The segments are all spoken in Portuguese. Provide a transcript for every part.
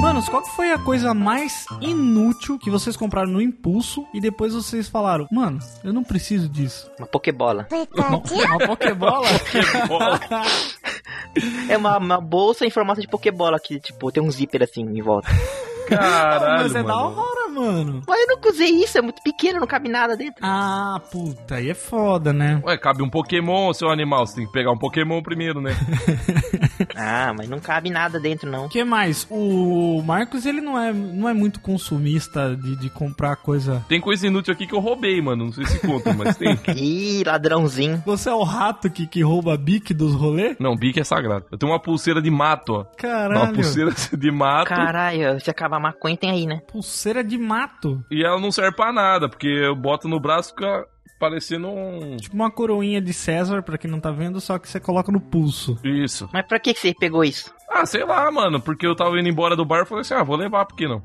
Manos, qual que foi a coisa mais inútil que vocês compraram no impulso e depois vocês falaram, mano, eu não preciso disso? Uma Pokébola. Uma Pokébola? É uma, uma bolsa em formato de Pokébola que, tipo, tem um zíper assim em volta. Ah, Caralho, Mas é da mano. hora, mano. Mas eu nunca usei isso, é muito pequeno, não cabe nada dentro. Ah, puta, aí é foda, né? Ué, cabe um Pokémon, seu animal. Você tem que pegar um Pokémon primeiro, né? Ah, mas não cabe nada dentro, não. O que mais? O Marcos, ele não é, não é muito consumista de, de comprar coisa... Tem coisa inútil aqui que eu roubei, mano. Não sei se conta, mas tem. Ih, ladrãozinho. Você é o rato que, que rouba bique dos rolê? Não, bique é sagrado. Eu tenho uma pulseira de mato, ó. Uma Caralho, pulseira. pulseira de mato. Caralho, se acabar a maconha, tem aí, né? de mato. E ela não serve pra nada, porque eu boto no braço e fica parecendo um. Tipo uma coroinha de César, pra quem não tá vendo, só que você coloca no pulso. Isso. Mas pra que que você pegou isso? Ah, sei lá, mano. Porque eu tava indo embora do bar e falei assim: ah, vou levar, por que não?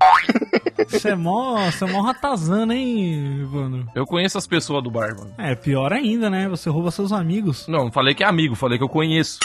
Você é mó, você é mó ratazana, hein, Evandro? Eu conheço as pessoas do bar, mano. É, pior ainda, né? Você rouba seus amigos. Não, não falei que é amigo, falei que eu conheço.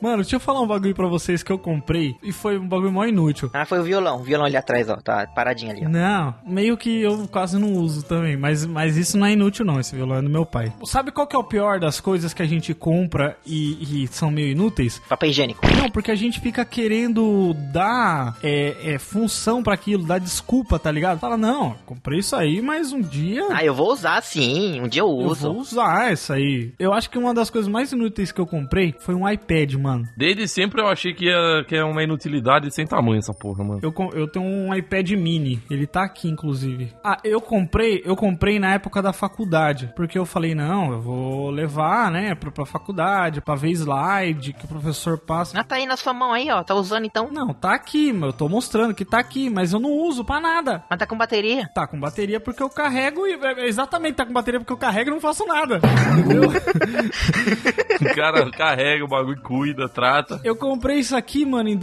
Mano, deixa eu falar um bagulho pra vocês que eu comprei e foi um bagulho mó inútil. Ah, foi o violão. O violão ali atrás, ó. Tá paradinho ali, ó. Não, meio que eu quase não uso também, mas, mas isso não é inútil não, esse violão é do meu pai. Sabe qual que é o pior das coisas que a gente compra e, e são meio inúteis? Papel higiênico. Não, porque a gente fica querendo dar é, é, função pra aquilo, dar desculpa, tá ligado? Fala, não, comprei isso aí, mas um dia Ah, eu vou usar sim. Um dia eu eu uso. vou usar isso aí. Eu acho que uma das coisas mais inúteis que eu comprei foi um iPad, mano. Desde sempre eu achei que, ia, que é uma inutilidade sem tamanho essa porra, mano. Eu, com- eu tenho um iPad mini, ele tá aqui inclusive. Ah, eu comprei, eu comprei na época da faculdade, porque eu falei, não, eu vou levar, né, pra, pra faculdade, pra ver slide, que o professor passa. Ah, tá aí na sua mão aí, ó. Tá usando então. Não, tá aqui, mas eu tô mostrando que tá aqui, mas eu não uso pra nada. Mas tá com bateria. Tá com bateria porque eu carrego e. é- é Exatamente, tá com bateria porque eu carrego e não faço nada. Entendeu? O cara carrega o bagulho, cuida, trata. Eu comprei isso aqui, mano, em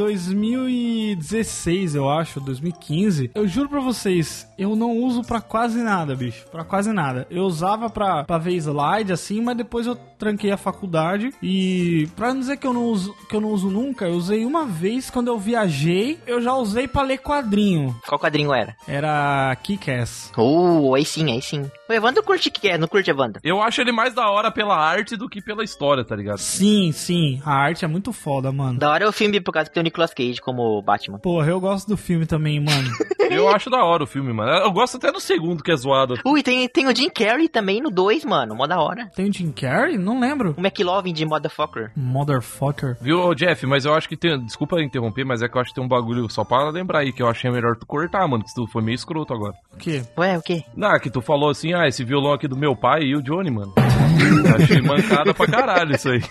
2016, eu acho, 2015. Eu juro pra vocês, eu não uso pra quase nada, bicho. Pra quase nada. Eu usava pra, pra ver slide, assim, mas depois eu tranquei a faculdade. E pra não dizer que eu não, uso, que eu não uso nunca, eu usei uma vez quando eu viajei. Eu já usei pra ler quadrinho. Qual quadrinho era? Era Kick-Ass. Uh, aí sim, aí sim. O Evandro curte que é, não curte, Evandro? Eu acho ele mais da hora pela arte do que pela história, tá ligado? Sim, sim, a arte é muito foda, mano. Da hora é o filme por causa que tem o Nicolas Cage como Batman. Porra, eu gosto do filme também, mano. Eu acho da hora o filme, mano. Eu gosto até do segundo que é zoado. Ui, tem, tem o Jim Carrey também no 2, mano. Mó da hora. Tem o Jim Carrey? Não lembro. O McLovin de Motherfucker. Motherfucker. Viu, ô, Jeff? Mas eu acho que tem. Desculpa interromper, mas é que eu acho que tem um bagulho só pra lembrar aí que eu achei melhor tu cortar, mano. Que tu foi meio escroto agora. O quê? Ué, o quê? Não, que tu falou assim, ah, esse violão aqui do meu pai e o Johnny, mano. Eu achei mancada pra caralho isso aí.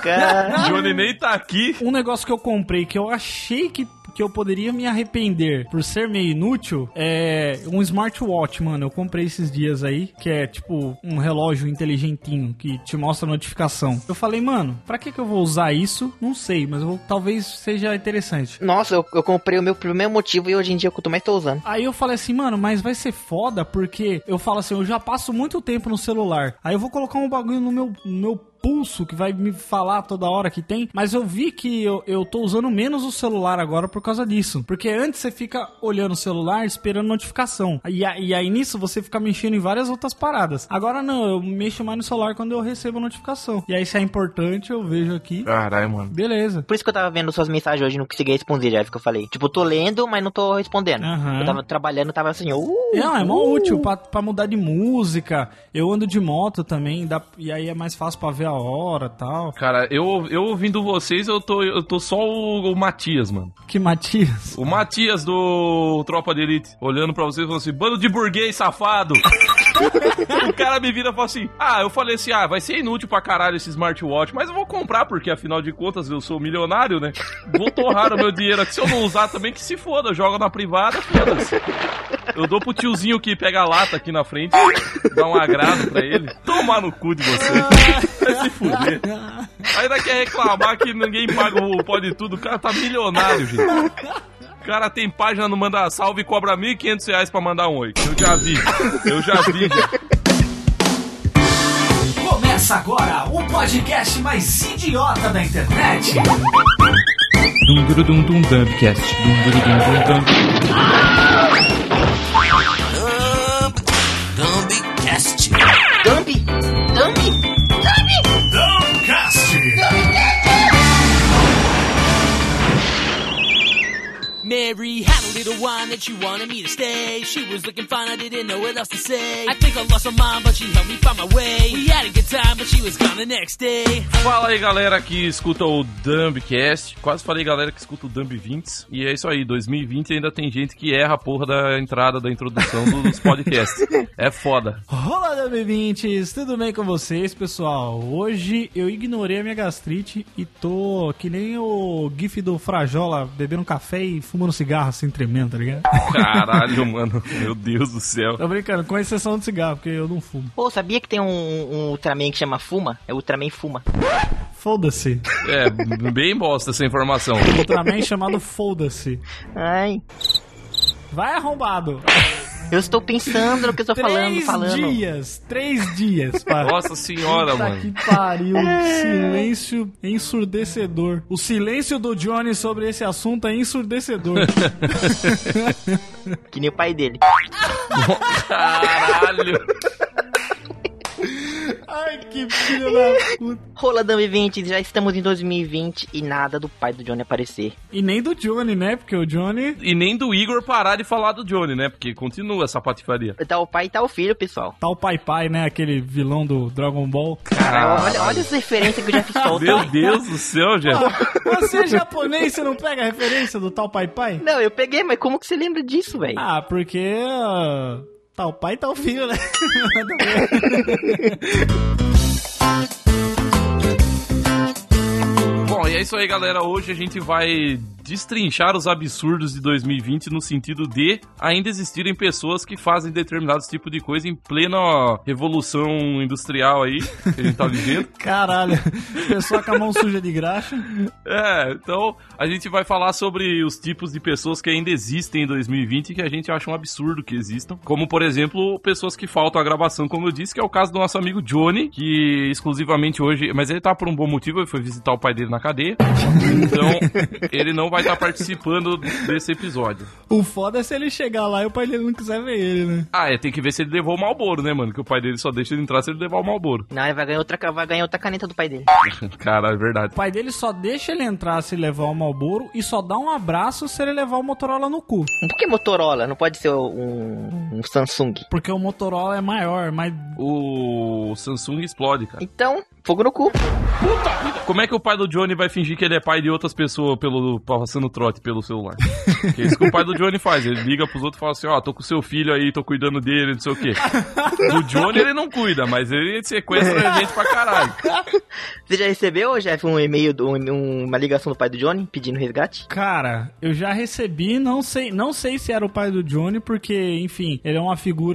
Cara... Johnny nem tá aqui. Um negócio que eu comprei que eu achei que, que eu poderia me arrepender por ser meio inútil é um smartwatch, mano. Eu comprei esses dias aí, que é tipo um relógio inteligentinho que te mostra a notificação. Eu falei, mano, pra que, que eu vou usar isso? Não sei, mas eu vou- talvez seja interessante. Nossa, eu, eu comprei o meu primeiro motivo e hoje em dia é o que eu mais tô usando. Aí eu falei assim, mano, mas vai ser foda porque eu falo assim, eu já passo muito tempo no celular. Aí eu vou colocar um bagulho no meu, no meu pulso que vai me falar toda hora que tem. Mas eu vi que eu, eu tô usando menos o celular agora por causa disso. Porque antes você fica olhando o celular esperando notificação. E, a- e aí nisso você fica mexendo em várias outras paradas. Agora não, eu mexo mais no celular quando eu recebo a notificação. E aí se é importante eu vejo aqui. Caralho, mano. Beleza. Por isso que eu tava vendo suas mensagens hoje e não consegui responder, já é isso que eu falei. Tipo, tô lendo, mas não tô respondendo. Aham. Eu tava trabalhando, tava assim, uh, Não, é mó uh. útil pra, pra mudar de música. Eu ando de moto também, dá- e aí é mais fácil pra ver a hora e tal. Cara, eu, eu ouvindo vocês, eu tô, eu tô só o, o Matias, mano. Que Matias. O Matias do Tropa de Elite, olhando pra vocês e falando assim, bando de burguês safado. o cara me vira e fala assim, ah, eu falei assim, ah, vai ser inútil pra caralho esse smartwatch, mas eu vou comprar porque afinal de contas eu sou milionário, né? Vou torrar o meu dinheiro aqui, se eu não usar também que se foda, joga na privada, foda-se. Eu dou pro tiozinho que pega a lata aqui na frente, dá um agrado pra ele. Tomar no cu de vocês. Vai se fuder. Ainda quer reclamar que ninguém paga o pode tudo. O cara tá milionário, gente. O cara tem página no Manda Salve e cobra 1.500 reais pra mandar um oi. Eu já vi. Eu já vi, já. Começa agora o podcast mais idiota da internet. Dumbcast. Dump! Dump! Dumbcast. Mary had a little wine that she wanted me to stay. She was looking fine, I didn't know what else to say. I think I lost my mind, but she helped me find my way. We had a good time, but she was gone the next day. Fala aí, galera que escuta o Dumbcast. Quase falei, galera que escuta o Dumb 20. E é isso aí, 2020 ainda tem gente que erra a porra da entrada da introdução dos podcasts. É foda. Olá, WB20s! Tudo bem com vocês, pessoal? Hoje eu ignorei a minha gastrite e tô que nem o gif do Frajola bebendo café e fumando cigarro assim, tremendo, tá ligado? Caralho, mano. Meu Deus do céu. Tô brincando, com exceção de cigarro, porque eu não fumo. Pô, sabia que tem um, um Ultraman que chama Fuma? É Ultraman Fuma. Foda-se. É, bem bosta essa informação. Ultraman chamado Foda-se. Ai, Vai arrombado. eu estou pensando no que eu estou falando, três falando. dias, três dias, pá. Nossa senhora, Puta mano. que pariu, um silêncio ensurdecedor. O silêncio do Johnny sobre esse assunto é ensurdecedor. Que nem o pai dele. Caralho. Ai, que filho da puta. Rola Dump 20, já estamos em 2020 e nada do pai do Johnny aparecer. E nem do Johnny, né? Porque o Johnny. E nem do Igor parar de falar do Johnny, né? Porque continua essa patifaria. Tá o pai e tá o filho, pessoal. Tá o Pai Pai, né? Aquele vilão do Dragon Ball. Cara, olha, olha essa referência que eu já fiz solta. Meu Deus Ah. do céu, gente. Você é japonês, você não pega a referência do tal Pai Pai? Não, eu peguei, mas como que você lembra disso, velho? Ah, porque. ah, Tá o pai, tá o filho, né? Bom, e é isso aí, galera. Hoje a gente vai destrinchar os absurdos de 2020 no sentido de ainda existirem pessoas que fazem determinados tipos de coisa em plena revolução industrial aí, que a gente tá vivendo. Caralho. Pessoa com a mão suja de graxa. É, então a gente vai falar sobre os tipos de pessoas que ainda existem em 2020 e que a gente acha um absurdo que existam. Como, por exemplo, pessoas que faltam à gravação, como eu disse, que é o caso do nosso amigo Johnny, que exclusivamente hoje. Mas ele tá por um bom motivo, ele foi visitar o pai dele na cadeia. Então ele não vai estar participando desse episódio. O foda é se ele chegar lá e o pai dele não quiser ver ele, né? Ah, é, tem que ver se ele levou o Malboro, né, mano? Que o pai dele só deixa ele entrar se ele levar o Malboro. Não, ele vai ganhar, outra, ca- vai ganhar outra caneta do pai dele. Cara, é O verdade. pai dele só deixa ele entrar se levar o Malboro e só dá um abraço se ele levar o Motorola no cu. Por que Um Motorola? Não pode ser um, um Samsung. Porque o Motorola é maior, mas. O Samsung explode, cara. Então, fogo no cu. Como é que o pai do Johnny vai fingir que ele é pai de outras pessoas pelo, passando trote pelo celular? Que é isso que o pai do Johnny faz. Ele liga pros outros e fala assim, ó, tô com seu filho aí, tô cuidando dele, não sei o quê. Do Johnny ele não cuida, mas ele sequestra a gente pra caralho. Você já recebeu, Jeff, um e-mail, do- um- uma ligação do pai do Johnny pedindo resgate? Cara, eu já recebi, não sei, não sei se era o pai do Johnny, porque, enfim, ele é uma figura.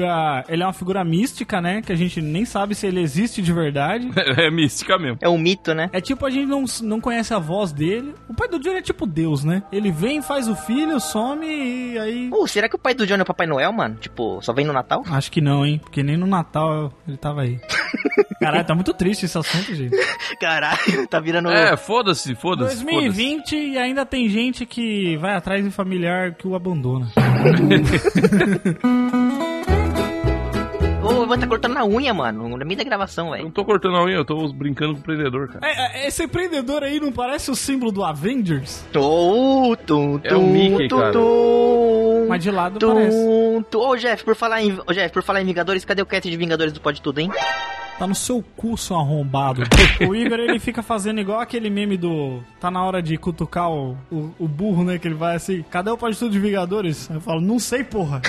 Ele é uma figura mística, né? Que a gente nem sabe se ele existe de verdade. É mística mesmo. É um mito, né? É tipo, a gente não, não conhece a voz dele. O pai do Johnny é tipo Deus, né? Ele vem, faz o filho, some e aí. Uh, será que o pai do Johnny é o Papai Noel, mano? Tipo, só vem no Natal? Acho que não, hein? Porque nem no Natal ele tava aí. Caralho, tá muito triste esse assunto, gente. Caralho, tá virando. É, foda-se, foda-se. foda-se. 2020 e ainda tem gente que vai atrás de familiar que o abandona. Ô, eu vou estar cortando a unha, mano. No meio da gravação, Eu velho. não tô cortando a unha, eu tô brincando com o prendedor, cara. É, é, esse empreendedor aí não parece o símbolo do Avengers? Tô, tum, É o Mickey, cara. tum, Mas de lado parece. tum, tum. Ô, Jeff, por falar em. Ô, Jeff, por falar em Vingadores, cadê o cast de Vingadores do Pode Tudo, hein? Tá no seu cu, seu arrombado. o Igor, ele fica fazendo igual aquele meme do... Tá na hora de cutucar o, o, o burro, né? Que ele vai assim... Cadê o Pode Tudo de Vingadores? Aí eu falo, não sei, porra.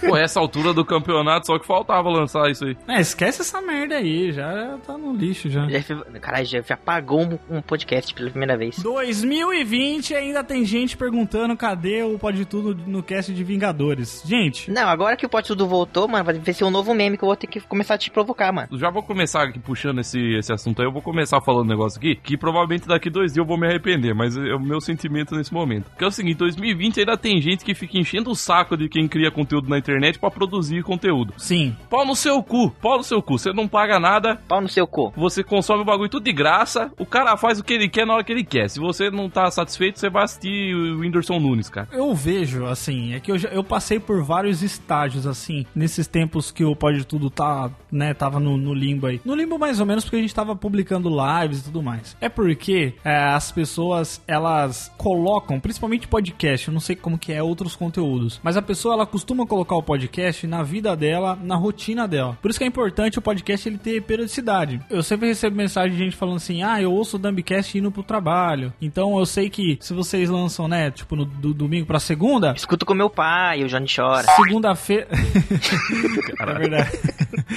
Pô, essa altura do campeonato, só que faltava lançar isso aí. é, esquece essa merda aí. Já tá no lixo, já. Jeff, caralho, Jeff apagou um, um podcast pela primeira vez. 2020 ainda tem gente perguntando cadê o Pode Tudo no cast de Vingadores. Gente, Não, agora que o Pode Tudo voltou, mano, vai ser um novo meme que eu vou ter que começar a te provocar, mano. Eu Já vou começar aqui puxando esse, esse assunto aí. Eu vou começar falando um negócio aqui, que provavelmente daqui dois dias eu vou me arrepender, mas é o meu sentimento nesse momento. Que é o seguinte, 2020 ainda tem gente que fica enchendo o saco de quem cria conteúdo na internet pra produzir conteúdo. sim. Pau no seu cu, pau no seu cu. Você não paga nada, Pau no seu cu. você consome o bagulho tudo de graça, o cara faz o que ele quer na hora que ele quer. Se você não tá satisfeito, você vai assistir o Whindersson Nunes, cara. Eu vejo, assim, é que eu, já- eu passei por vários estágios, assim, nesses tempos que o Pode Tudo tá, né, tava no, no limbo aí. No limbo mais ou menos porque a gente tava publicando lives e tudo mais. É porque é, as pessoas, elas colocam, principalmente podcast, eu não sei como que é outros conteúdos, mas a pessoa, ela costuma colocar o podcast na vida dela, na rotina dela. Por isso que é importante o podcast ele ter periodicidade. Eu sempre recebo mensagem de gente falando assim, ah, eu ouço o Dumbcast indo pro trabalho. Então eu sei que se vocês lançam, né, tipo, no do, domingo pra segunda, Escuto com meu pai, o Johnny chora. segunda-feira. é verdade.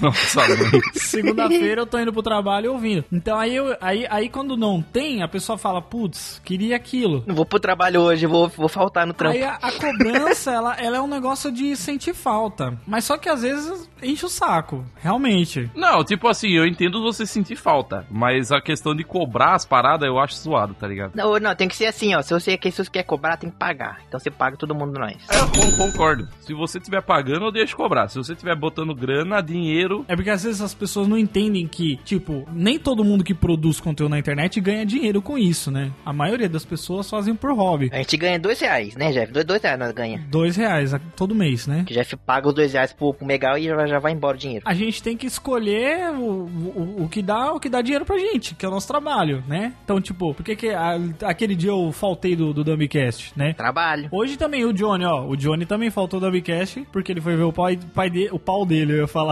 Nossa, mãe. Segunda-feira eu tô indo pro trabalho ouvindo. Então aí, eu, aí, aí quando não tem, a pessoa fala, putz, queria aquilo. Não vou pro trabalho hoje, vou, vou faltar no trampo. Aí a, a cobrança, ela, ela é um negócio de sentir falta. Mas só que às vezes enche o saco, realmente. Não, tipo assim, eu entendo você sentir falta, mas a questão de cobrar as paradas eu acho zoado, tá ligado? Não, não, tem que ser assim, ó. Se você quer, se você quer cobrar, tem que pagar. Então você paga todo mundo nós. É, Eu con- concordo. Se você tiver pagando, eu deixo cobrar. Se você tiver botando grana, dinheiro. É porque às vezes as pessoas não entendem que, tipo, nem todo mundo que produz conteúdo na internet ganha dinheiro com isso, né? A maioria das pessoas fazem por hobby. A gente ganha dois reais, né, Jeff? Dois, dois reais nós ganha. Dois reais a- todo mês, né? Que o Jeff paga os dois reais pro, pro Megal e já, já vai embora o dinheiro. A gente tem que escolher o, o, o que dá o que dá dinheiro pra gente, que é o nosso trabalho, né? Então, tipo, por que, que a- aquele dia eu faltei do, do Dumbcast, né? Trabalho. Hoje também o Johnny, ó. O Johnny também faltou da Bicast, porque ele foi ver o pai, pai de, o pau dele, eu ia falar.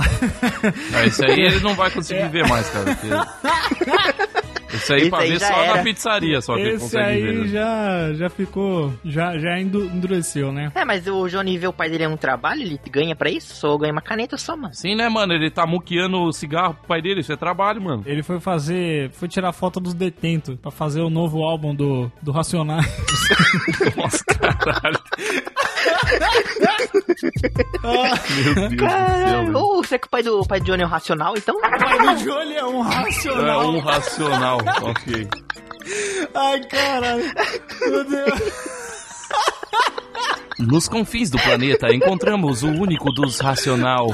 Ah, isso aí ele não vai conseguir ver mais, cara. porque- É. Isso aí Isso pra aí ver já só era. na pizzaria, só que ele Esse consegue aí ver. né? já, já ficou. Já, já endu- endureceu, né? É, mas o Johnny vê o pai dele é um trabalho, ele ganha pra isso? Ou ganha uma caneta só, mano? Sim, né, mano? Ele tá muqueando o cigarro pro pai dele, isso é trabalho, mano. Ele foi fazer. Foi tirar foto dos detentos pra fazer o novo álbum do, do Racionais. Nossa, caralho. Ah, Meu Deus do céu. Caralho. velho. Ou será que o pai do, o pai do Johnny é um racional, então? O pai do Johnny é um É racional. um racional, ok. Ai, caralho. Meu Deus. Nos confins do planeta encontramos o único dos racional.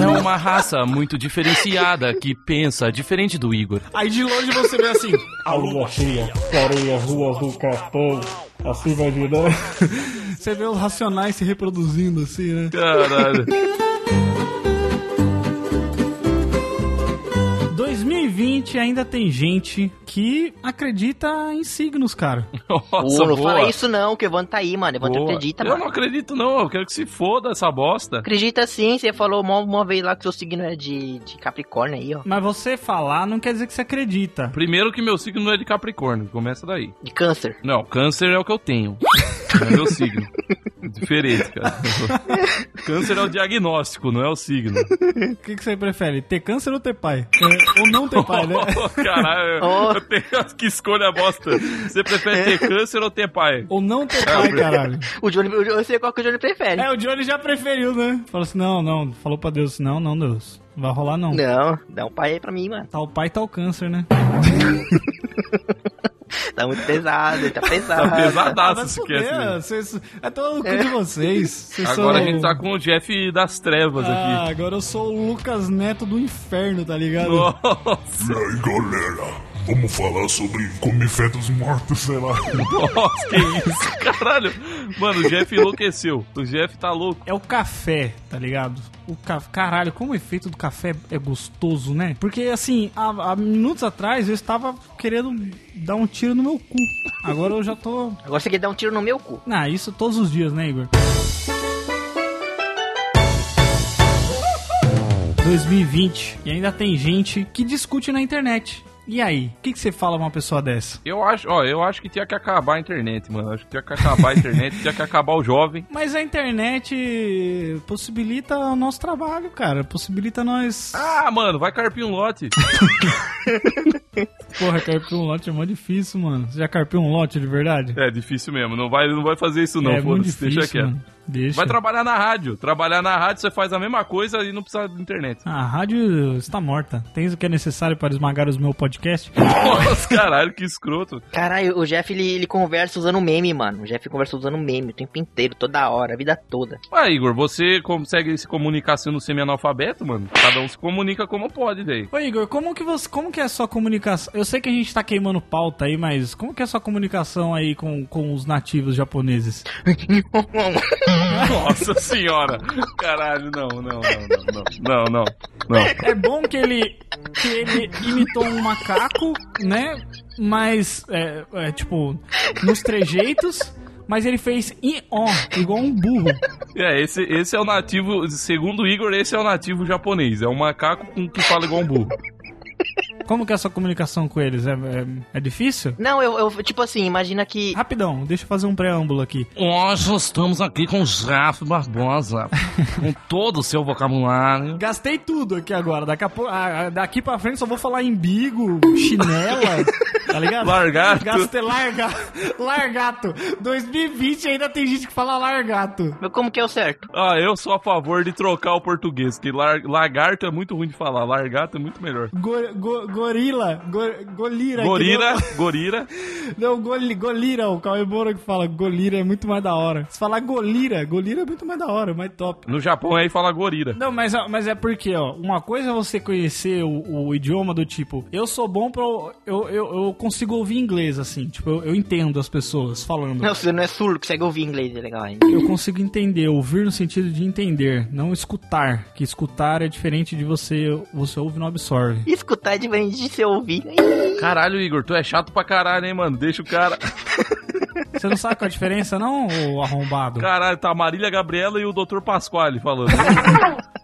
É uma raça muito diferenciada que pensa diferente do Igor. Aí de longe você vê assim. A lua cheia, clareia as ruas do Capão. Assim vai girando. Você vê os racionais se reproduzindo assim, né? Caralho. 2020 ainda tem gente que acredita em signos, cara. Nossa, Ô, não boa. fala isso não, que o Evandro tá aí, mano. Evandro Boa. acredita, Eu mano. não acredito, não. Eu quero que se foda essa bosta. Acredita sim, você falou uma, uma vez lá que seu signo é de, de Capricórnio aí, ó. Mas você falar não quer dizer que você acredita. Primeiro que meu signo não é de Capricórnio. Começa daí. De câncer. Não, câncer é o que eu tenho. Não é meu signo. Diferente, cara. Câncer é o diagnóstico, não é o signo. O que, que você prefere? Ter câncer ou ter pai? É, ou não ter pai, né? Oh, caralho, Oh. eu tenho- que escolha bosta. Você prefere É. ter câncer ou ter pai? Ou não ter pai, caralho. O Johnny, eu eu sei qual que o Johnny prefere. É, o Johnny já preferiu, né? Falou assim: não, não. Falou pra Deus: não, não, Deus. Não vai rolar, não. Não, dá um pai aí pra mim, mano. Tá o pai, tá o câncer, né? Tá muito pesado, ele tá pesado. Tá pesadaço Ah, vai se foder, quer. assim. vocês- É todo o cu de vocês. Vocês Agora a são- gente tá com o Jeff das trevas Ah, aqui. agora eu sou o Lucas Neto do inferno, tá ligado? Nossa, E aí, galera? Vamos falar sobre comer fetos mortos, sei lá. nossa, que isso, caralho. Mano, o Jeff enlouqueceu. O Jeff tá louco. É o café, tá ligado? O ca... Caralho, como o efeito do café é gostoso, né? Porque, assim, há, há minutos atrás eu estava querendo dar um tiro no meu cu. Agora eu já tô... Agora você quer dar um tiro no meu cu. Ah, isso todos os dias, né, Igor? 2020. E ainda tem gente que discute na internet. E aí? O que, que você fala pra uma pessoa dessa? Eu acho, ó, eu acho que tinha que acabar a internet, mano. Acho que tinha que acabar a internet, tinha que acabar o jovem. Mas a internet possibilita o nosso trabalho, cara. Possibilita nós... Ah, mano, vai carpir um lote. Porra, carpir um lote é mó difícil, mano. Você já carpiu um lote de verdade? É difícil mesmo, não vai, não vai fazer isso não, é muito foda-se, difícil, deixa quieto. mano. Deixa. Vai trabalhar na rádio. Trabalhar na rádio, você faz a mesma coisa e não precisa de internet. Ah, A rádio está morta. Tens o que é necessário para esmagar os meu podcast? Nossa, caralho, que escroto. Caralho, o Jeff ele, ele conversa usando meme, mano. O Jeff conversa usando meme o tempo inteiro, toda hora, a vida toda. Ah, Igor, você consegue se comunicar sendo semi-analfabeto, mano? Cada um se comunica como pode, daí. Ô Igor, como que você, como que é a sua comunicação? Eu sei que a gente tá queimando pauta aí, mas como que é a sua comunicação aí com, com os nativos japoneses? Nossa senhora. Caralho, não, não, não, não, não, não, não. É bom que ele que ele imitou um macaco, né? Mas é, é, tipo nos trejeitos, mas ele fez i ó igual um burro. É, esse, esse é o nativo, segundo o Igor, esse é o nativo japonês. É um macaco com que fala igual um burro. Como que é a sua comunicação com eles? É, é- é difícil? Não, eu, eu- tipo assim, imagina que. Rapidão, deixa eu fazer um preâmbulo aqui. Hoje estamos aqui com Jaf Barbosa, com todo o seu vocabulário. Gastei tudo aqui agora. Daqui, a pou- ah, ah, daqui pra frente só vou falar embigo, chinela, tá ligado? Largato. Gastei larga, largato. 2020 ainda tem gente que fala largato. Mas Como que é o certo? Ah, eu sou a favor de trocar o português, que lar- lagarto é muito ruim de falar, largato é muito melhor. Go- go- gorila, go- golira. que Gorira, gorira. Não, não goli- golira, o Cauê Moura que fala golira é muito mais da hora. Se falar golira, golira é muito mais da hora, mais top. No Japão aí fala gorira. Não, mas, mas é porque, ó, uma coisa é você conhecer o, o idioma do tipo, eu sou bom pra. Eu, eu, eu consigo ouvir inglês, assim, tipo, eu, eu entendo as pessoas falando. Não, você não é surdo, consegue ouvir inglês, é legal, hein? Eu consigo entender, ouvir no sentido de entender, não escutar. Que escutar é diferente de você. Você ouve e não absorve. Escutar é diferente de você ouvir. Caralho, Igor, tu é chato pra caralho, hein, mano? Deixa o cara. Você não sabe qual é a diferença, não, ô arrombado? Caralho, tá a Marília Gabriela e o Dr. Pasquale falando.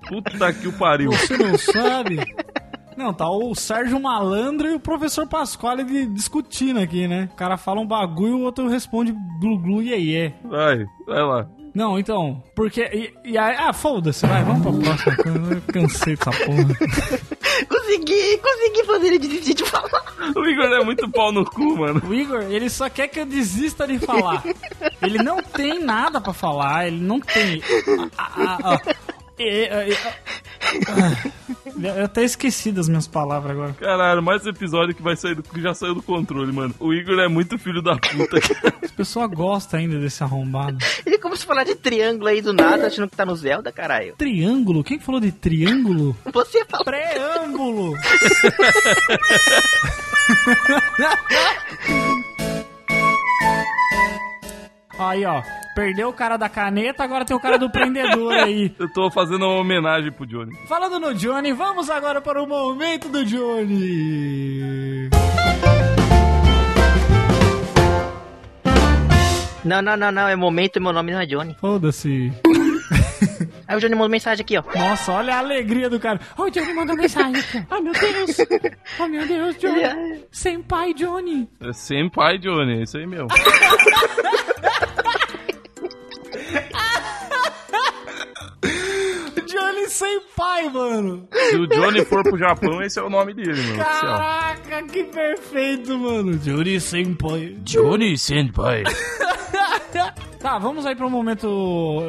Puta que o pariu. Você não sabe? Não, tá o Sérgio Malandro e o professor Pasquale de- discutindo aqui, né? O cara fala um bagulho e o outro responde glu-glu e aí é. Vai, vai lá. Não, então, porque. E, e aí, ah, foda-se, vai, vamos pra próxima coisa. Eu cansei dessa porra. Consegui, consegui fazer ele desistir de falar. O Igor é muito pau no cu, mano. O Igor, ele só quer que eu desista de falar. Ele não tem nada pra falar, ele não tem. Ah, ah, ah, E- e- e- ah. Eu até esqueci das minhas palavras agora. Caralho, mais um episódio que vai sair do, que já saiu do controle, mano. O Igor é muito filho da puta. As pessoas gostam ainda desse arrombado. Ele começou a falar de triângulo aí do nada, achando que tá no Zelda, caralho. Triângulo? Quem que falou de triângulo? Você fala. Preâmbulo! aí, ó. Perdeu o cara da caneta, agora tem o cara do prendedor aí. Eu tô fazendo uma homenagem pro Johnny. Falando no Johnny, vamos agora para o momento do Johnny. Não, não, não, não, é momento, meu nome não é Johnny. Foda-se. Aí o Johnny mandou mensagem aqui, ó. Nossa, olha a alegria do cara. Ô, Johnny mandou mensagem aqui. Oh, meu Deus. Oh, meu Deus, Johnny. Sem pai, Johnny. É sem pai, Johnny, é isso aí meu. sem pai, mano. Se o Johnny for pro Japão, esse é o nome dele, mano. oficial. Caraca, que perfeito, mano. Juri sem pai. Johnny Senpai. Tá, vamos aí pro momento.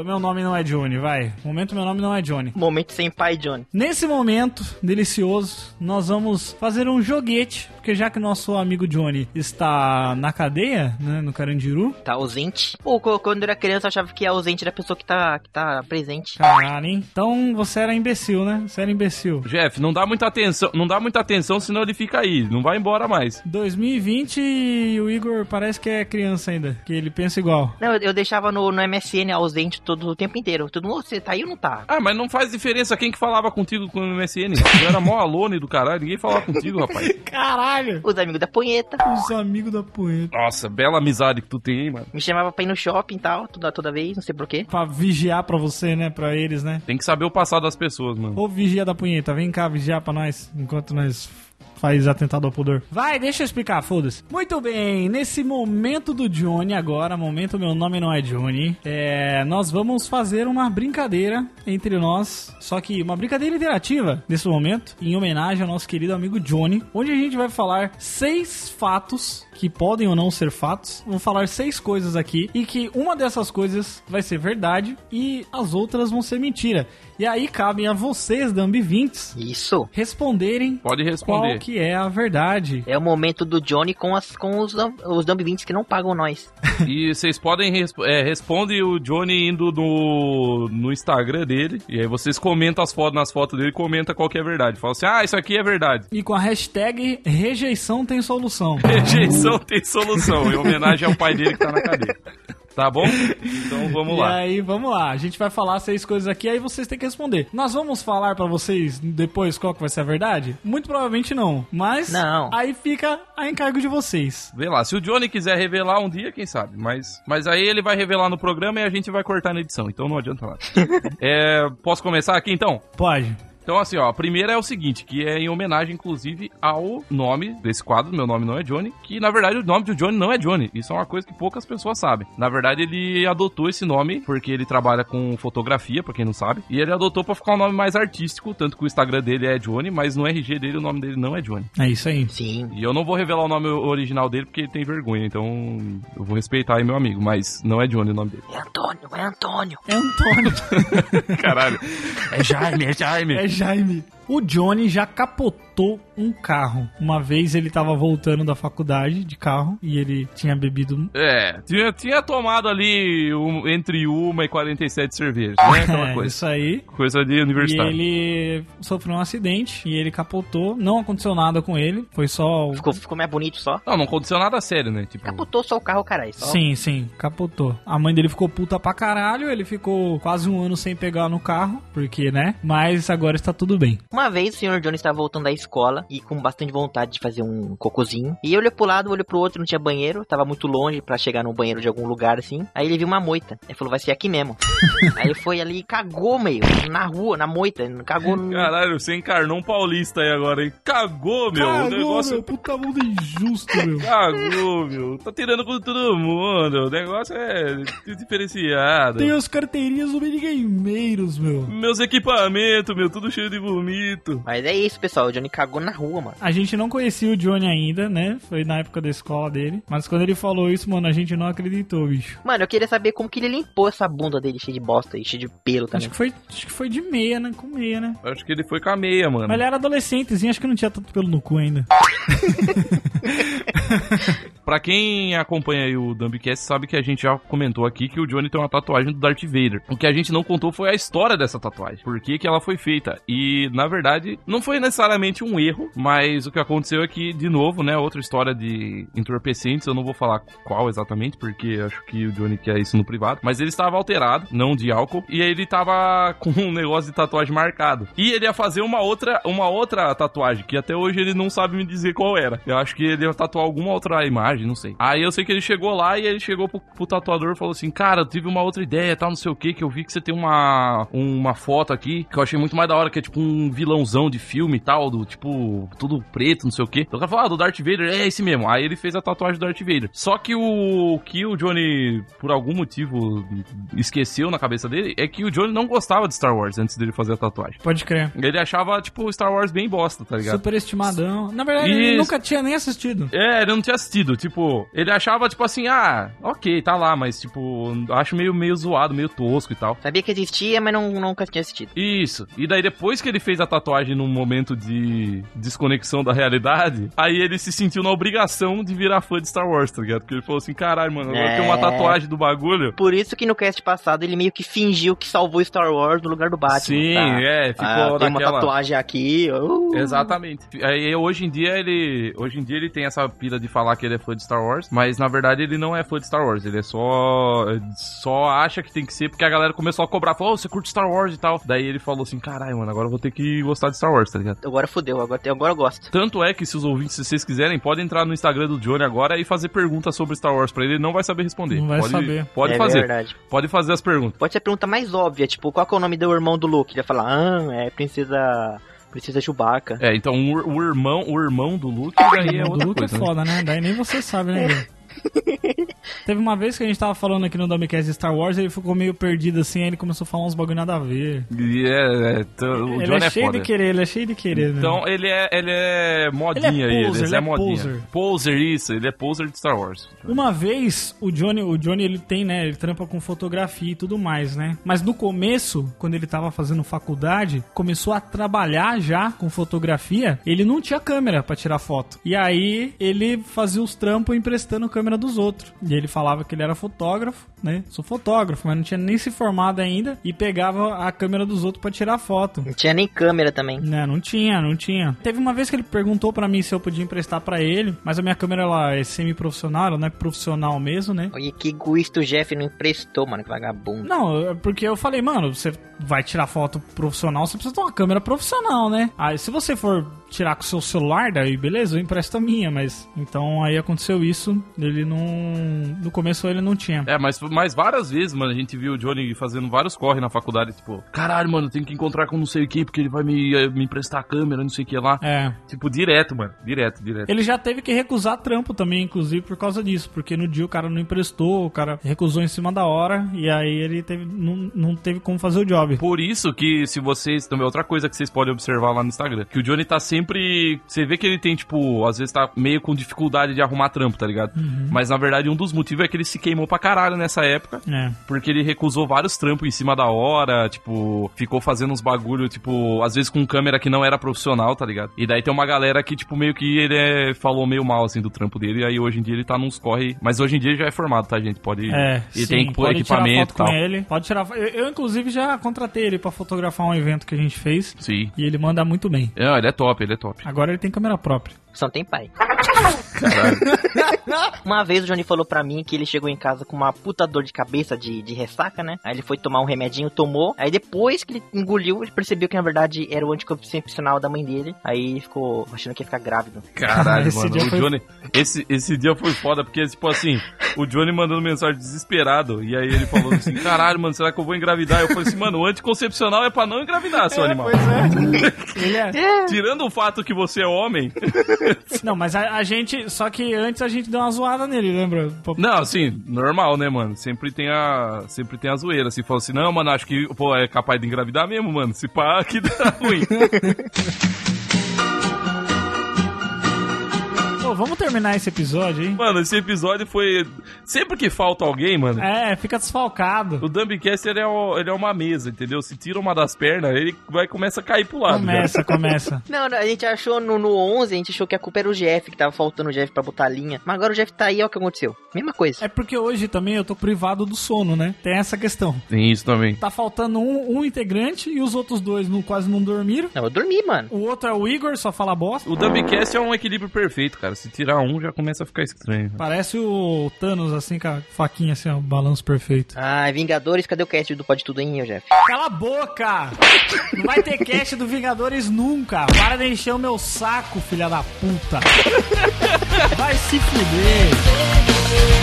Meu nome não é Johnny, vai. Momento, meu nome não é Johnny. Momento sem pai, Johnny. Nesse momento delicioso, nós vamos fazer um joguete, porque já que nosso amigo Johnny está na cadeia, né, no Carandiru. Tá ausente. Pô, co- quando eu era criança eu achava que é ausente da pessoa que tá, que tá presente. Caralho, hein? Então você era imbecil, né? Você era imbecil. Jeff, não dá muita atenção, não dá muita atenção, senão ele fica aí, não vai embora mais. 2020 e o Igor parece que é criança ainda, que ele pensa igual. Não, eu, eu deixava no, no MSN ausente todo o tempo inteiro. Todo mundo, você tá aí ou não tá? Ah, mas não faz diferença quem que falava contigo com o MSN. Eu era mó alone do caralho, ninguém falava contigo, rapaz. Caralho! Os amigos da punheta. Os amigos da poeta. Nossa, bela amizade que tu tem, hein, mano. Me chamava pra ir no shopping e tal, toda, toda vez, não sei porquê. Pra vigiar pra você, né? Pra eles, né? Tem que saber o passado das pessoas, mano. Ô vigia da punheta, vem cá vigiar pra nós, enquanto nós faz atentado ao pudor. Vai, deixa eu explicar, foda-se. Muito bem, nesse momento do Johnny agora, momento meu nome não é Johnny, é, nós vamos fazer uma brincadeira entre nós, só que uma brincadeira interativa nesse momento, em homenagem ao nosso querido amigo Johnny, onde a gente vai falar seis fatos que podem ou não ser fatos. Vou falar seis coisas aqui e que uma dessas coisas vai ser verdade e as outras vão ser mentira. E aí cabem a vocês, Dambivintes, Isso. responderem Pode qual responder. que é a verdade. É o momento do Johnny com, as, com os, os Dumb 20 que não pagam nós. E vocês podem resp é, responde o Johnny indo no, no Instagram dele. E aí vocês comentam as fotos nas fotos dele, comenta qual que é verdade. Fala assim: "Ah, isso aqui é verdade". E com a hashtag rejeição tem solução. Rejeição tem solução. Em homenagem ao pai dele que tá na cadeia. Tá bom? Então vamos E lá. aí, vamos lá. A gente vai falar seis coisas aqui, aí vocês têm que responder. Nós vamos falar pra vocês depois qual que vai ser a verdade? Muito provavelmente não. Mas Não. aí fica a encargo de vocês. Vê lá, se o Johnny quiser revelar um dia, quem sabe, mas, mas aí ele vai revelar no programa e a gente vai cortar na edição, então não adianta nada. É, posso começar aqui então? Pode. Então assim, ó, a primeira é o seguinte, que é em homenagem inclusive ao nome desse quadro, meu nome não é Johnny, que na verdade o nome do Johnny não é Johnny, isso é uma coisa que poucas pessoas sabem. Na verdade ele adotou esse nome porque ele trabalha com fotografia, pra quem não sabe, e ele adotou pra ficar um nome mais artístico, tanto que o Instagram dele é Johnny, mas no RG dele o nome dele não é Johnny. É isso aí. Sim. E eu não vou revelar o nome original dele porque ele tem vergonha, então eu vou respeitar aí meu amigo, mas não é Johnny o nome dele. É Antônio, é Antônio. É um Antônio. Caralho. É Jaime, é Jaime. É Jaime. O Johnny já capotou um carro. Uma vez ele tava voltando da faculdade de carro e ele tinha bebido. É, tinha, tinha tomado ali um- entre uma e 47 cervejas, né? Aquela É, coisa. isso aí. Coisa de E universitário. ele sofreu um acidente e ele capotou. Não aconteceu nada com ele. Foi só. o- Ficou, ficou mais bonito só. Não, não aconteceu nada sério, né? Tipo, Capotou só o carro, caralho. Só. Sim, sim, capotou. A mãe dele ficou puta pra caralho. Ele ficou quase um ano sem pegar no carro, porque, né? Mas agora está tudo bem. Uma vez o senhor Johnny estava voltando da escola e com bastante vontade de fazer um cocôzinho. E ele olhou pro lado, olhou pro outro, não tinha banheiro, tava muito longe pra chegar no banheiro de algum lugar assim. Aí ele viu uma moita. Ele falou, vai ser aqui mesmo. Aí ele foi ali e cagou, meio, na rua, na moita. Cagou no. caralho, você encarnou um paulista aí agora, hein? Cagou, meu. o negócio. puta mundo injusto, meu. Cagou, meu. Tá tirando com todo mundo. O negócio é diferenciado. Tem os carteirinhas do Minigameiros, meu. Meus equipamentos, meu, tudo cheio de vomito. Mas é isso, pessoal. O Johnny cagou na rua, mano. A gente não conhecia o Johnny ainda, né? Foi na época da escola dele. Mas quando ele falou isso, mano, a gente não acreditou, bicho. Mano, eu queria saber como que ele limpou essa bunda dele cheia de bosta e cheia de pelo Acho também. que foi, acho que foi de meia, né? Com meia, né? Acho que ele foi com a meia, mano. Mas ele era adolescentezinho, acho que não tinha tanto pelo no cu ainda. Pra quem acompanha aí o Dumbcast, sabe que a gente já comentou aqui que o Johnny tem uma tatuagem do Darth Vader. O que a gente não contou foi a história dessa tatuagem. Por que, que ela foi feita? E, na verdade, não foi necessariamente um erro, mas o que aconteceu é que, de novo, né, outra história de entorpecentes, eu não vou falar qual exatamente, porque acho que o Johnny quer isso no privado, mas ele estava alterado, não de álcool, e ele tava com um negócio de tatuagem marcado. E ele ia fazer uma outra, uma outra tatuagem, que até hoje ele não sabe me dizer qual era. Eu acho que ele ia tatuar alguma outra imagem, personagem, não sei. Aí eu sei que ele chegou lá e ele chegou pro, pro tatuador e falou assim: Cara, eu tive uma outra ideia, tal, não sei o que, que eu vi que você tem uma, uma foto aqui que eu achei muito mais da hora, que é tipo um vilãozão de filme e tal, do tipo, tudo preto, não sei o que. Então o cara falou: Ah, do Darth Vader, é esse mesmo. Aí ele fez a tatuagem do Darth Vader. Só que o que o Johnny, por algum motivo, esqueceu na cabeça dele é que o Johnny não gostava de Star Wars antes dele fazer a tatuagem. Pode crer. Ele achava, tipo, Star Wars bem bosta, tá ligado? Superestimadão. Na verdade, ele Isso. nunca tinha nem assistido. É, ele não tinha assistido. Tipo, ele achava, tipo assim, ah, ok, tá lá, mas, tipo, acho meio, meio zoado, meio tosco e tal. Sabia que existia, mas não, nunca tinha assistido. Isso. E daí, depois que ele fez a tatuagem num momento de desconexão da realidade, aí ele se sentiu na obrigação de virar fã de Star Wars, tá ligado? Porque ele falou assim: caralho, mano, agora É. tem uma tatuagem do bagulho. Por isso que no cast passado ele meio que fingiu que salvou Star Wars no lugar do Batman. Sim, tá? é, ficou ah, tem uma naquela- tatuagem aqui. uh. Exatamente. Aí hoje em dia ele. Hoje em dia ele tem essa pira de falar que ele é fã de Star Wars, mas na verdade ele não é fã de Star Wars. Ele é só. só acha que tem que ser, porque a galera começou a cobrar, falou, "Ô, você curte Star Wars e tal. Daí ele falou assim, caralho, mano, agora eu vou ter que gostar de Star Wars, tá ligado? Agora fodeu, agora, agora eu gosto. Tanto é que se os ouvintes, se vocês quiserem, podem entrar no Instagram do Johnny agora e fazer perguntas sobre Star Wars pra ele. Ele não vai saber responder. Não vai pode, saber. Pode é fazer. verdade. Pode fazer as perguntas. Pode ser a pergunta mais óbvia, tipo, qual que é o nome do irmão do Luke? Ele vai falar, ah, é princesa. Princesa Chewbacca. É, então o, o irmão, o irmão do Luke daí é O outra Luke é coisa. né? foda, né? Daí nem você sabe, né? Gui? Teve uma vez que a gente tava falando aqui no Domicast de Star Wars, ele ficou meio perdido assim, aí ele começou a falar uns bagulho nada a ver. E é, é, t- o ele Johnny é é cheio foda. de querer, ele é cheio de querer, né? Então ele é, ele é modinha Ele é aí, poser, ele, ele é, é modinha. poser. Poser. isso, ele é poser de Star Wars. Uma vez, o Johnny, o Johnny, ele tem, né, ele trampa com fotografia e tudo mais, né? Mas no começo, quando ele tava fazendo faculdade, começou a trabalhar já com fotografia, ele não tinha câmera pra tirar foto. E aí, ele fazia os trampos emprestando câmera dos outros. E ele falava que ele era fotógrafo, né? Sou fotógrafo, mas não tinha nem se formado ainda e pegava a câmera dos outros pra tirar foto. Não tinha nem câmera também. Né, não tinha, não tinha. Teve uma vez que ele perguntou pra mim se eu podia emprestar pra ele, mas a minha câmera ela é semi-profissional, ela não é profissional mesmo, né? Olha que egoísta o Jeff não emprestou, mano, que vagabundo. Não, é porque eu falei, mano, você vai tirar foto profissional, você precisa ter uma câmera profissional, né? Aí se você for tirar com o seu celular, daí beleza, eu empresto a minha, mas. Então aí aconteceu isso, ele não. No começo ele não tinha. É, mas, mas várias vezes, mano, a gente viu o Johnny fazendo vários corre na faculdade, tipo, caralho, mano, eu tenho que encontrar com não sei quem, porque ele vai me, eh, me emprestar a câmera, não sei o que lá. É. Tipo, direto, mano. Direto, direto. Ele já teve que recusar trampo também, inclusive, por causa disso. Porque no dia o cara não emprestou, o cara recusou em cima da hora. E aí ele teve, não, não teve como fazer o job. Por isso que se vocês. Também outra coisa que vocês podem observar lá no Instagram. Que o Johnny tá sempre. Você vê que ele tem, tipo, às vezes tá meio com dificuldade de arrumar trampo, tá ligado? Uhum. Mas na verdade, um dos motivos é que ele se queimou pra caralho nessa época. É. Porque ele recusou vários trampos em cima da hora, tipo, ficou fazendo uns bagulho, tipo, às vezes com câmera que não era profissional, tá ligado? E daí tem uma galera que, tipo, meio que ele é- falou meio mal, assim, do trampo dele, e aí hoje em dia ele tá nos corre. Mas hoje em dia ele já é formado, tá, gente? Pode. É, ele sim, tem que pôr pode tirar equipamento e foto com tal. ele. Pode tirar. fo- Eu, eu, inclusive, já contratei ele pra fotografar um evento que a gente fez. Sim. E ele manda muito bem. É, ele é top, ele é top. Agora ele tem câmera própria. Só tem pai. uma vez o Johnny falou pra mim que ele chegou em casa com uma puta dor de cabeça de, de ressaca, né? Aí ele foi tomar um remedinho, tomou. Aí depois que ele engoliu, ele percebeu que na verdade era o anticoncepcional da mãe dele. Aí ele ficou achando que ia ficar grávido. Caralho, Esse mano. dia o foi- Johnny, esse, esse dia foi foda, porque, tipo assim, o Johnny mandando mensagem desesperado. E aí ele falou assim: caralho, mano, será que eu vou engravidar? Eu falei assim, mano, o anticoncepcional é pra não engravidar, seu animal. é. ele é. Tirando o fato que você é homem. Não, mas a, a gente. Só que antes a gente deu uma zoada nele, lembra? Pô, Não, assim, normal, né, mano? Sempre tem a. Sempre tem a zoeira. Assim, fala assim, não, mano, acho que pô, é capaz de engravidar mesmo, mano. Se pá, que dá ruim. Pô, vamos terminar esse episódio, hein? mano, esse episódio foi. Sempre que falta alguém, mano. É, fica desfalcado. O Dumbcast ele é, o- ele é uma mesa, entendeu? Se tira uma das pernas, ele vai começa a cair pro lado. cara. Começa, começa. Não, a gente achou no, no 11, a gente achou que a culpa era o Jeff, que tava faltando o Jeff pra botar a linha. Mas agora o Jeff tá aí, olha o que aconteceu. Mesma coisa. É porque hoje também eu tô privado do sono, né? Tem essa questão. Tem isso também. Tá faltando um, um integrante e os outros dois não, quase não dormiram. Não, eu dormi, mano. O outro é o Igor, só fala bosta. O Dumbcast é um equilíbrio perfeito, cara. Se se tirar um já começa a ficar estranho. Parece o Thanos, assim, com a faquinha, assim, ó, balanço perfeito. Ai, Vingadores, cadê o cast do Pode Tudo em Jeff? Cala a boca! Não vai ter cast do Vingadores nunca! Para de encher o meu saco, filha da puta! Vai se fuder!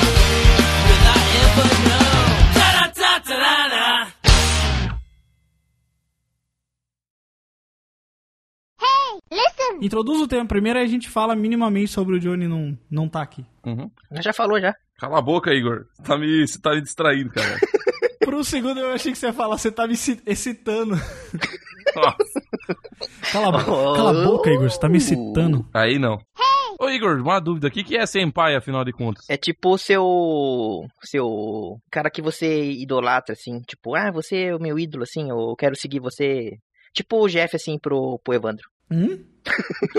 Introduz o tema primeiro aí a gente fala minimamente sobre o Johnny não, não tá aqui. Uhum. Já falou, já. Cala a boca, Igor. Você tá me, você tá me distraindo, cara. Por um segundo eu achei que você ia falar, você tá me exci- excitando. Nossa. Cala, a bo- cala a boca, Igor, você tá me excitando. Aí não. Ô, Igor, uma dúvida. O que, que é senpai, afinal de contas? É tipo o seu. seu. cara que você idolatra, assim. Tipo, ah, você é o meu ídolo, assim, eu quero seguir você. Tipo o Jeff, assim, pro, pro Evandro. Hum?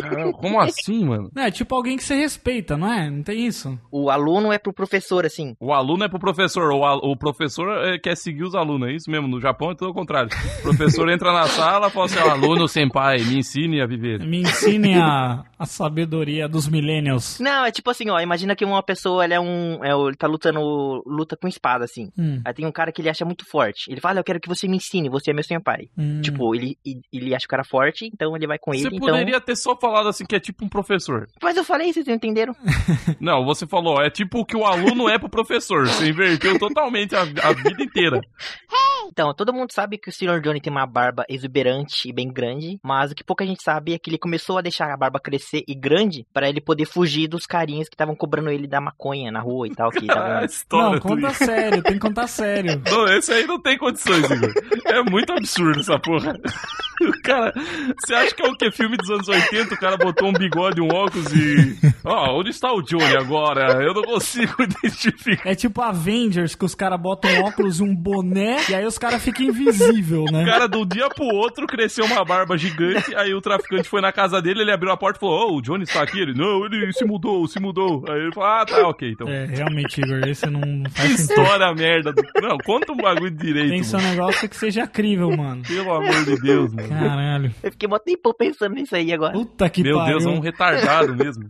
Caramba, como assim, mano? Não, é tipo alguém que você respeita, não é? Não tem isso? O aluno é pro professor, assim. O aluno é pro professor, o, al- o professor é, quer seguir os alunos, é isso mesmo? No Japão é tudo ao contrário. O professor entra na sala e fala assim, aluno, senpai, me ensine a viver. Me ensinem a, a sabedoria dos millennials. Não, é tipo assim, ó, imagina que uma pessoa, ela é um. é, ele tá lutando. luta com espada, assim. Hum, Aí tem um cara que ele acha muito forte. Ele fala, ah, eu quero que você me ensine, você é meu senpai. hum. Tipo, ele, ele acha o cara forte, então ele vai com Você ele, então... poderia ter só falado assim que é tipo um professor. Mas eu falei, vocês não entenderam? Não, você falou, é tipo o que o aluno é pro professor. Você inverteu totalmente a, a vida inteira. Então, todo mundo sabe que o Sr. Johnny tem uma barba exuberante e bem grande, mas o que pouca gente sabe é que ele começou a deixar a barba crescer e grande pra ele poder fugir dos carinhas que estavam cobrando ele da maconha na rua e tal, que Ah, a tavam- história Não, do conta Igor. sério, tem que contar sério. Não, esse aí não tem condições, Igor. É muito absurdo essa porra. O cara, você acha que é o que? Filme dos anos 80? O cara botou um bigode, um óculos e. Ó, onde está o Johnny agora? Eu não consigo identificar. É tipo Avengers, que os caras botam um óculos e um boné, e aí os caras ficam invisível, O né? cara, do dia pro outro, cresceu uma barba gigante. Aí o traficante foi na casa dele, ele abriu a porta e falou: Ô, o Johnny está aqui? Ele, não, ele se mudou, se mudou. Aí ele falou: Ah, tá, ok, então. É, realmente, Igor, esse não não Que faz sentido. história merda. Do... Não, conta um bagulho direito. Tem seu mano. negócio que seja crível, mano. Pelo amor de Deus, mano. Caralho. Eu fiquei mó tempo pensando nisso aí agora. Puta que Meu pariu. Deus, é um retardado mesmo.